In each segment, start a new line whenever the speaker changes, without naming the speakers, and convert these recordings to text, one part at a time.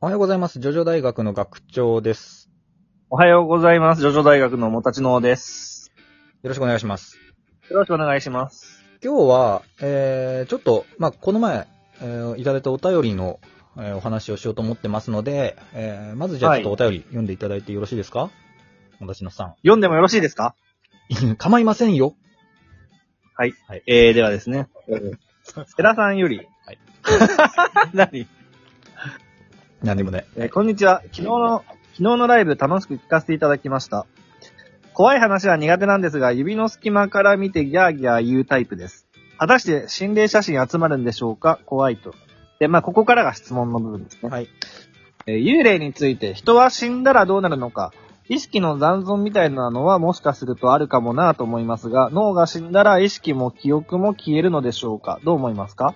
おはようございます。ジョジョ大学の学長です。
おはようございます。ジョジョ大学のもたちのうです。
よろしくお願いします。
よろしくお願いします。
今日は、えー、ちょっと、まあ、この前、えーいただいたお便りの、えーお話をしようと思ってますので、えーまずじゃあ
は
ちょ
い
っとお便り読んでいただいてよろしいですか私のさ
読んでもよろしいですか
ん。 構いませんよ。
えー、ではですね。セラさんより。
はい
何、
なんでもね。
えーこんにちは。昨日の、昨日のライブ楽しく聞かせていただきました。怖い話は苦手なんですが、指の隙間から見てギャーギャー言うタイプです。果たして心霊写真集まるんでしょうか怖いと。で、まあ、ここからが質問の部分ですね。
はい。
えー幽霊について人は死んだらどうなるのか、意識の残存みたいなのはもしかするとあるかもなぁと思いますが、脳が死んだら意識も記憶も消えるのでしょうかどう思いますか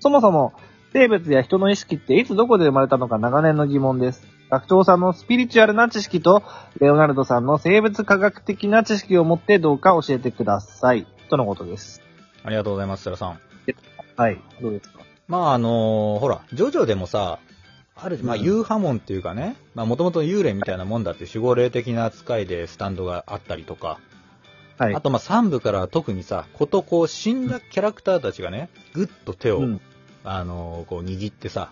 そもそも、生物や人の意識っていつどこで生まれたのか長年の疑問です。学長さんのスピリチュアルな知識と、レオナルドさんの生物科学的な知識を持ってどうか教えてください。とのことです。
ありがとうございます、セラさん。
はい。どうですか
まあ、あのーほら、ジョジョでもさ、ある、まあ、
うん
ユーハモンっていうかね、まあ、もともと幽霊みたいなもんだって守護霊的な扱いでスタンドがあったりとか、
はい
あ。とまあ3部からは特にさ、ことこう死んだキャラクターたちがね、ぐっと手を、
うん
あのーこう握ってさ、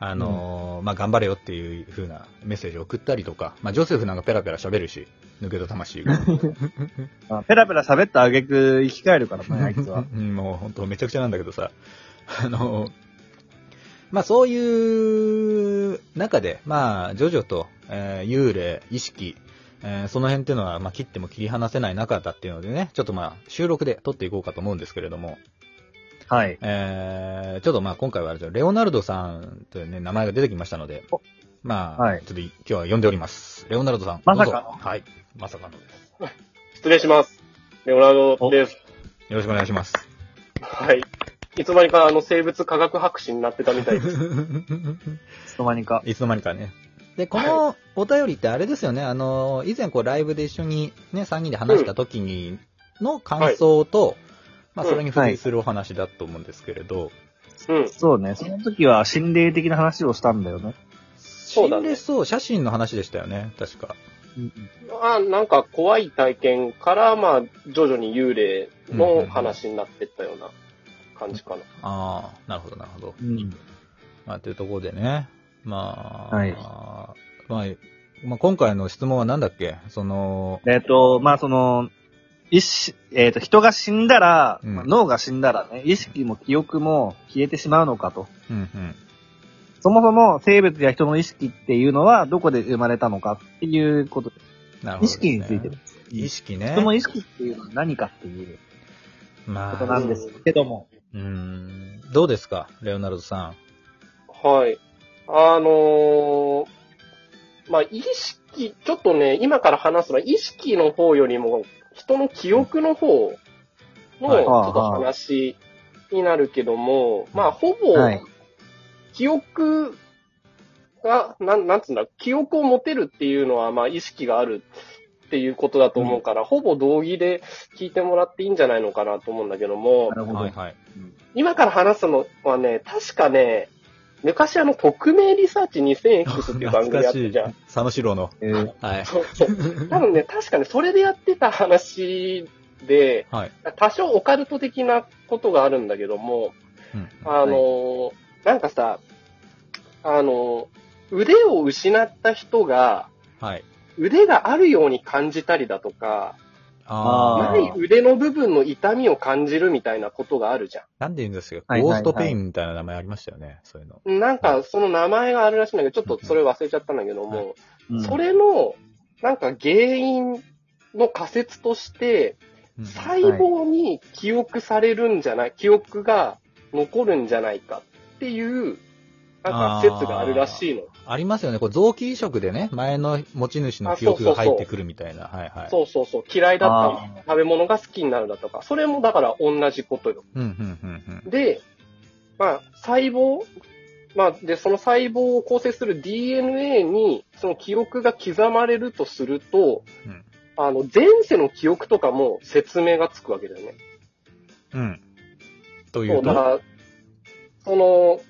あのーまあ頑張れよっていう風なメッセージを送ったりとか、まあジョセフなんかペラペラ喋るし、抜けた魂 が。
まあペラペラ喋った挙句生き返るからね、あいつは。
うん もう本当めちゃくちゃなんだけどさ、あのーまあそういう中で、まあ、ジョジョと、えー幽霊、意識、えーその辺っていうのは、まあ、切っても切り離せない中だっていうのでね、ちょっとまあ、収録で撮っていこうかと思うんですけれども、
はい。
えー、ちょっとまあ今回はあれですよレオナルドさんというね、名前が出てきましたので
お、
まあ、
はい
ちょっと今日は呼んでおります。レオナルドさん。
まさか
どうぞはい。まさかのです。
失礼します。レオナルドです。
よろしくお願いし ます。
はい。いつまにかあの生物科学博士になってたみたいです。
いつの間にか。
いつの間にかね。で、このお便りってあれですよね、あの、以前こうライブで一緒にね、3人で話した時に、の感想と、まあそれに付随するお話だと思うんですけれど、
うん。
そうね。その時は心霊的な話をしたんだよね。
そうだ
心
ね
霊そう、写真の話でしたよね、確か。
まあ、なんか怖い体験から、まあ、徐々に幽霊の話になってったような感じかな。
ああ、なるほど、なるほど。
うん。
まあ、というところでね。まあ、
はい
まあ、まあ、今回の質問は何だっけその、
えっ、と、まあ、その、意識、えっ、と、人が死んだら、
うん
まあ脳が死んだらね、意識も記憶も消えてしまうのかと。
うんうん。
そもそも生物や人の意識っていうのはどこで生まれたのかっていうこと。
なるほど、
意識について。
意識ね。
人の意識っていうのは何かっていうこ
ま
とな
あ、
んですけども。
うん、どうですかレオナルドさ
はい。あのーまあ、意識、ちょっとね、今から話すのは意識の方よりも、人の記憶の方の、
はい
ちょっと話になるけども、まあ、ほぼ、
はい。
記憶が、なん、なんつうんだ、記憶を持てるっていうのは、まあ、意識があるっていうことだと思うから、ほぼ同義で聞いてもらっていいんじゃないのかなと思うんだけども
な、るほ
ん。
ど。
はいはい。
今から話すのはね、確かね、昔あの、匿名リサーチ 2000X っていう番
懐
組や
かし
っ
てい
じゃん。。
佐野史郎の。
えー
はい。
そう そう。多分ね、確かね、それでやってた話で、
はい。
多少オカルト的なことがあるんだけども、
うん。
あのーなんかさ、あのー腕を失った人が、
はい。
腕があるように感じたりだとか、
あー
ああ
な。い腕の部分の痛みを感じるみたいなことがあるじゃ
なんて言うんですか、
はいはい
ゴー
は
ス
い
トペインみたいな名前ありましたよね。そういうの。
ん。なんか、その名前があるらしいんだけど、ちょっとそれ忘れちゃったんだけども、
うん
それの、なんか原因の仮説として、
うん
細胞に記憶されるんじゃない、記憶が残るんじゃないかっていう、なんか説があるらしいの。
ありますよね。こう臓器移植でね、前の持ち主の記憶が入ってくるみたいな。はいはい。
そうそうそう、嫌いだった
あ
食べ物が好きになるだとか、それもだから同じことよ。
うんうんうんうん。
で、まあ、細胞、まあ、で、その細胞を構成する DNA に、その記憶が刻まれるとすると、
うん
あの、前世の記憶とかも説明がつくわけだよね。
うん。とい
そうう、だか
と、
ら、その、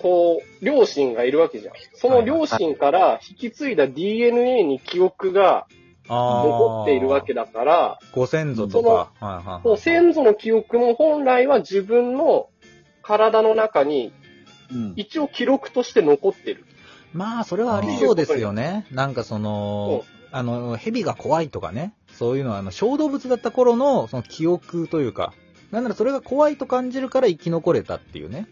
こう、両親がいるわけじゃん。その両親から引き継いだ DNA に記憶が
あー
残っているわけだから、
ご先祖とか。はいはい
こう先祖の記憶も本来は自分の体の中に
うん。
一応記録として残ってる。
まあ、それはありそうですよね。なんかその、あの、蛇が怖いとかね、そういうのは、あの、小動物だった頃の、その記憶というか、なんならそれが怖いと感じるから生き残れたっていうね、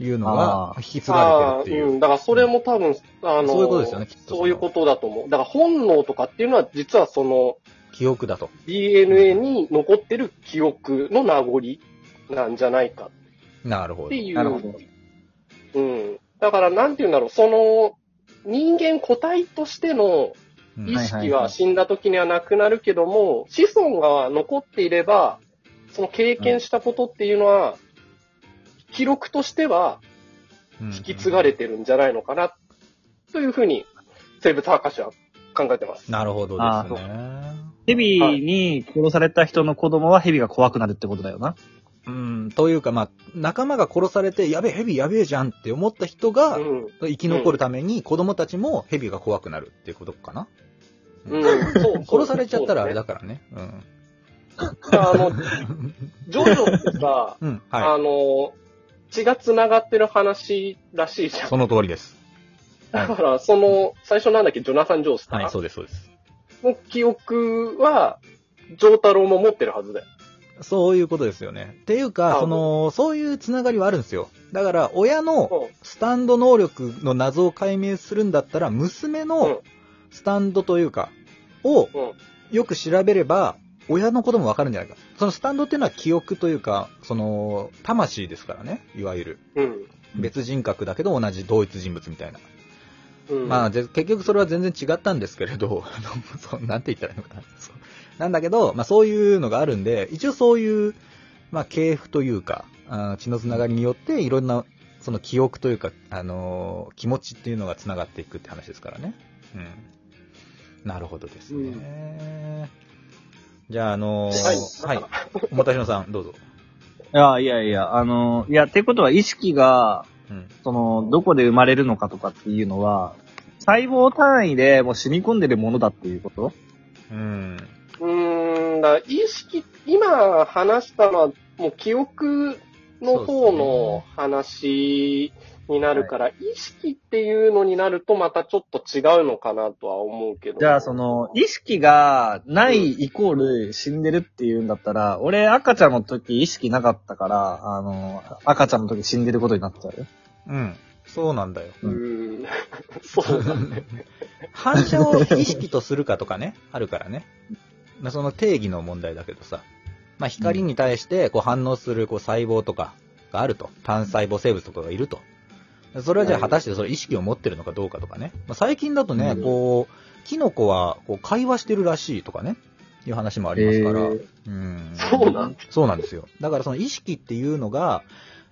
いうのが
あー
引き継がれてるっていう。
うん。だからそれも多分、あの、
そういうことですよねきっと
そういうことだと思う。だから本能とかっていうのは実はその
記憶だと。
DNA に残ってる記憶の名残なんじゃないか
なるほ
っ
ど
て。いう。
なるほど。
うん。だからなんて言うんだろう、その、人間個体としての
うん
意
はい
識
はいは
はい死んだ時にはなくなるけども、子孫が残っていれば、その経験したことっていうのは、記録としては引き継がれてるんじゃないのかな、というふうに、生物博士は考えてます。
なるほどですね。
蛇に殺された人の子供は蛇が怖くなるってことだよな。
うん、というか、まあ、仲間が殺されて、やべえ、蛇やべえじゃんって思った人が、
うん。
生き残るために子供たちも蛇が怖くなるっていうことかな。
うん。そう。
殺されちゃったらあれ
だ。
だからね。うん。
あの、ジョジョってさ、
うん、
あ
は
の、血が繋がってる話らしいじ
い。
ゃん。
その通りです。
だから、その、最初なんだっけ、ジョナサン・ジョースタ
はい、
ー
そうです、そうです。
の記憶は、ジョータロウも持ってるはずだよ。
そういうことですよね。っていうか、
あ
その、そういうつながりはあるんですよ。だから、親の
うん
スタンド能力の謎を解明するんだったら、娘
うん
のスタンドというか、を
うん
よく調べれば、親のこともわかるんじゃないか。そのスタンドっていうのは記憶というか、その、魂ですからね、いわゆる。
うん。
別人格だけど同じ同一人物みたいな。
うん。
まあ、ぜ結局それは全然違ったんですけれど、 あのそうなんて言ったらいいのかな。そうなんだけど、まあそういうのがあるんで、一応そういう、まあ系譜というか、あー血のつながりによっていろんな、その記憶というか、あのー気持ちっていうのがつながっていくって話ですからね。うん。なるほどですね。じゃあ、あのー
はい
はい。おもたしのさん、どうぞ。
いや、いやいや、あの、いや、ってことは意識が、
うん。
その、どこで生まれるのかとかっていうのは、細胞単位でもう染み込んでるものだっていうこと
うん。
うーん、だから意識、今話したのは、もう記憶の方の話になるから、意識っていうのになるとまたちょっと違うのかなとは思うけど。
じゃあ、その、意識がないイコール死んでるっていうんだったら、俺赤ちゃんの時意識なかったから、あの、赤ちゃんの時死んでることになっちゃうよ。
うん。そうなんだよ。
うーん。 そうだね。
反射を意識とするかとかね、あるからね。まあ、その定義の問題だけどさ。まあ、光に対してこう反応するこう細胞とかがあると。単細胞生物とかがいると。それはじゃあ果たしてそれ意識を持ってるのかどうかとかね。まあ、最近だとね、
うん
こう、キノコはこう会話してるらしいとかね、いう話もあ
あ
りますから。うん。
そうなん
そうなんですよ。だからその意識っていうのが、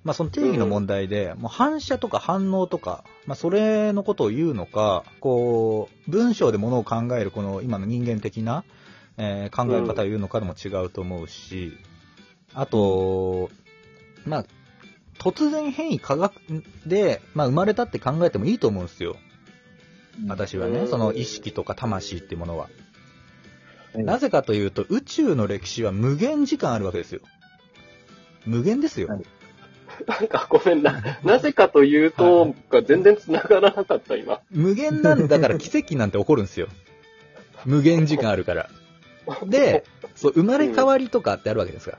まあその定義の問題で、もう反射とか反応とか、まあそれのことを言うのか、こう、文章でものを考えるこの今の人間的な、えー考え方を言うのかでも違うと思うし、あと、まあ、突然変異科学で、まあ生まれたって考えてもいいと思うんですよ。私は
う
ね、
ん
その意識とか魂ってものは。
うん
なぜかというと、宇宙の歴史は無限時間あるわけですよ。無限ですよ。
はい
なんかごめんな。なぜかというと、が全然繋がらなかった、今。
無限なんだから奇跡なんて起こるんですよ。無限時間あるから。で、そう、生まれ変わりとかってあるわけですから。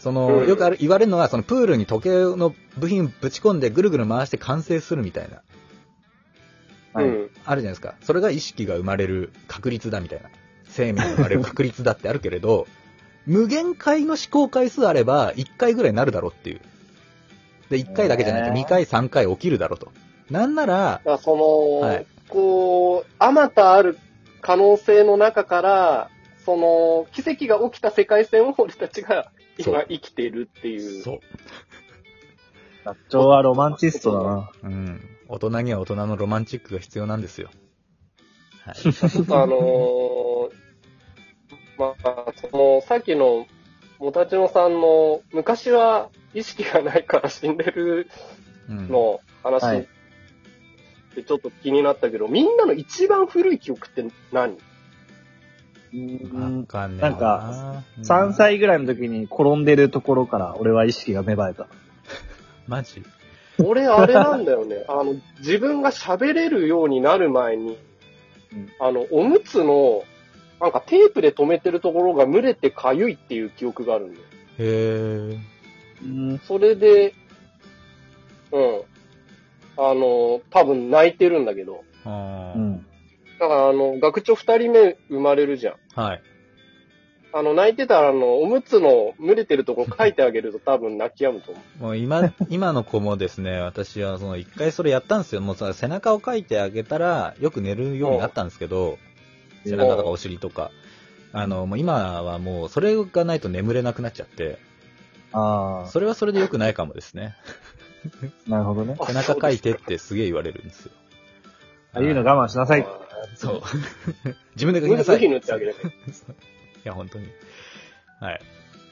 その、
うん
よくある、言われるのは、そのプールに時計の部品ぶち込んでぐるぐる回して完成するみたいな。
は
う
い。
ん。あ
あるじゃないですか。それが意識が生まれる確率だみたいな。生命が生まれる確率だってあるけれ ど、無限回の思考回数あれば、1回ぐらいになるだろうっていう。で、1回だけじゃな
へ
い
ー
と、2回、3回起きるだろうと。なんなら、
だからその、
はい
こう、あまたある可能性の中から、その、奇跡が起きた世界線を俺たちが
そ
今
う
生きているっていう。
そう。
ダッチョウはロマンチストだな。
うん。大人には大人のロマンチックが必要なんですよ。はい。
ちょっとあのーまあ、その、さっきの、もたちのさんの、昔は意識がないから死んでる
うん、
の、話
はい
でちょっと気になったけど、みんなの一番古い記憶って何
う
わ
ん
かんねえ
なんか、3。歳ぐらいの時に転んでるところから俺は意識が芽生えた。
マジ
俺、あれなんだよね。 あの、自分が喋れるようになる前に
うん、
あの、おむつの、なんかテープで留めてるところが蒸れてかゆいっていう記憶があるんだよ。
へえ。
うん。
それで、うん。あの、多分泣いてるんだけど。
あ
う
ー
ん。
だから、あの、学長二人目生まれるじゃん。
はい。
あの、泣いてたら、あの、おむつの蒸れてるところ書いてあげる と多分泣き止むと思う。
もう今、 今の子もですね、私はその一回それやったんですよ。もうさ、背中をかいてあげたら、よく寝るようになったんですけど、
うん
背中とかお尻とか。あの、もう今はもう、それがないと眠れなくなっちゃって、
あ
それはそれで良くないかもですね。
あ、なるほどね。
あ
背中かいてってすげえ言われるんですよ。
ああいうの我慢しなさい。
そう。 自分で書き
無
なさい。
理塗ってあげればいい。
いや、本当に。はい。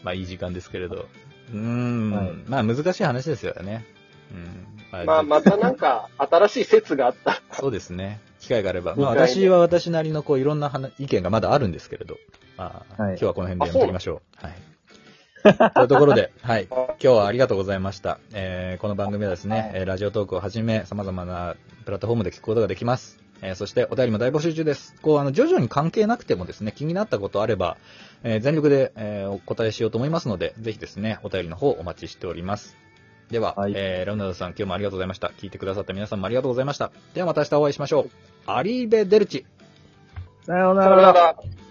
まあ、いい時間ですけれど。うーん。
はい
まあ、難しい話ですよね。うん。
まあ、またなんか、新しい説があったら。
そうですね。機会があれば。まあ、
機会で
私は私なりの、こう、いろんな話意見がまだあるんですけれど。まあ、
はい
今日はこの辺でやめておきましょう。はい。というところで、はい。今日はありがとうございました。えーこの番組はですね、えーラジオトークをはじめ、様々なプラットフォームで聞くことができます。えーそして、お便りも大募集中です。こう、あの、徐々に関係なくてもですね、気になったことあれば、えー全力で、えーお答えしようと思いますので、ぜひですね、お便りの方お待ちしております。では、
はい
えーラウナドさん、今日もありがとうございました。聞いてくださった皆さんもありがとうございました。ではまた明日お会いしましょう。アリーベデルチ。
さよう
さ
な
よ
ら。
なら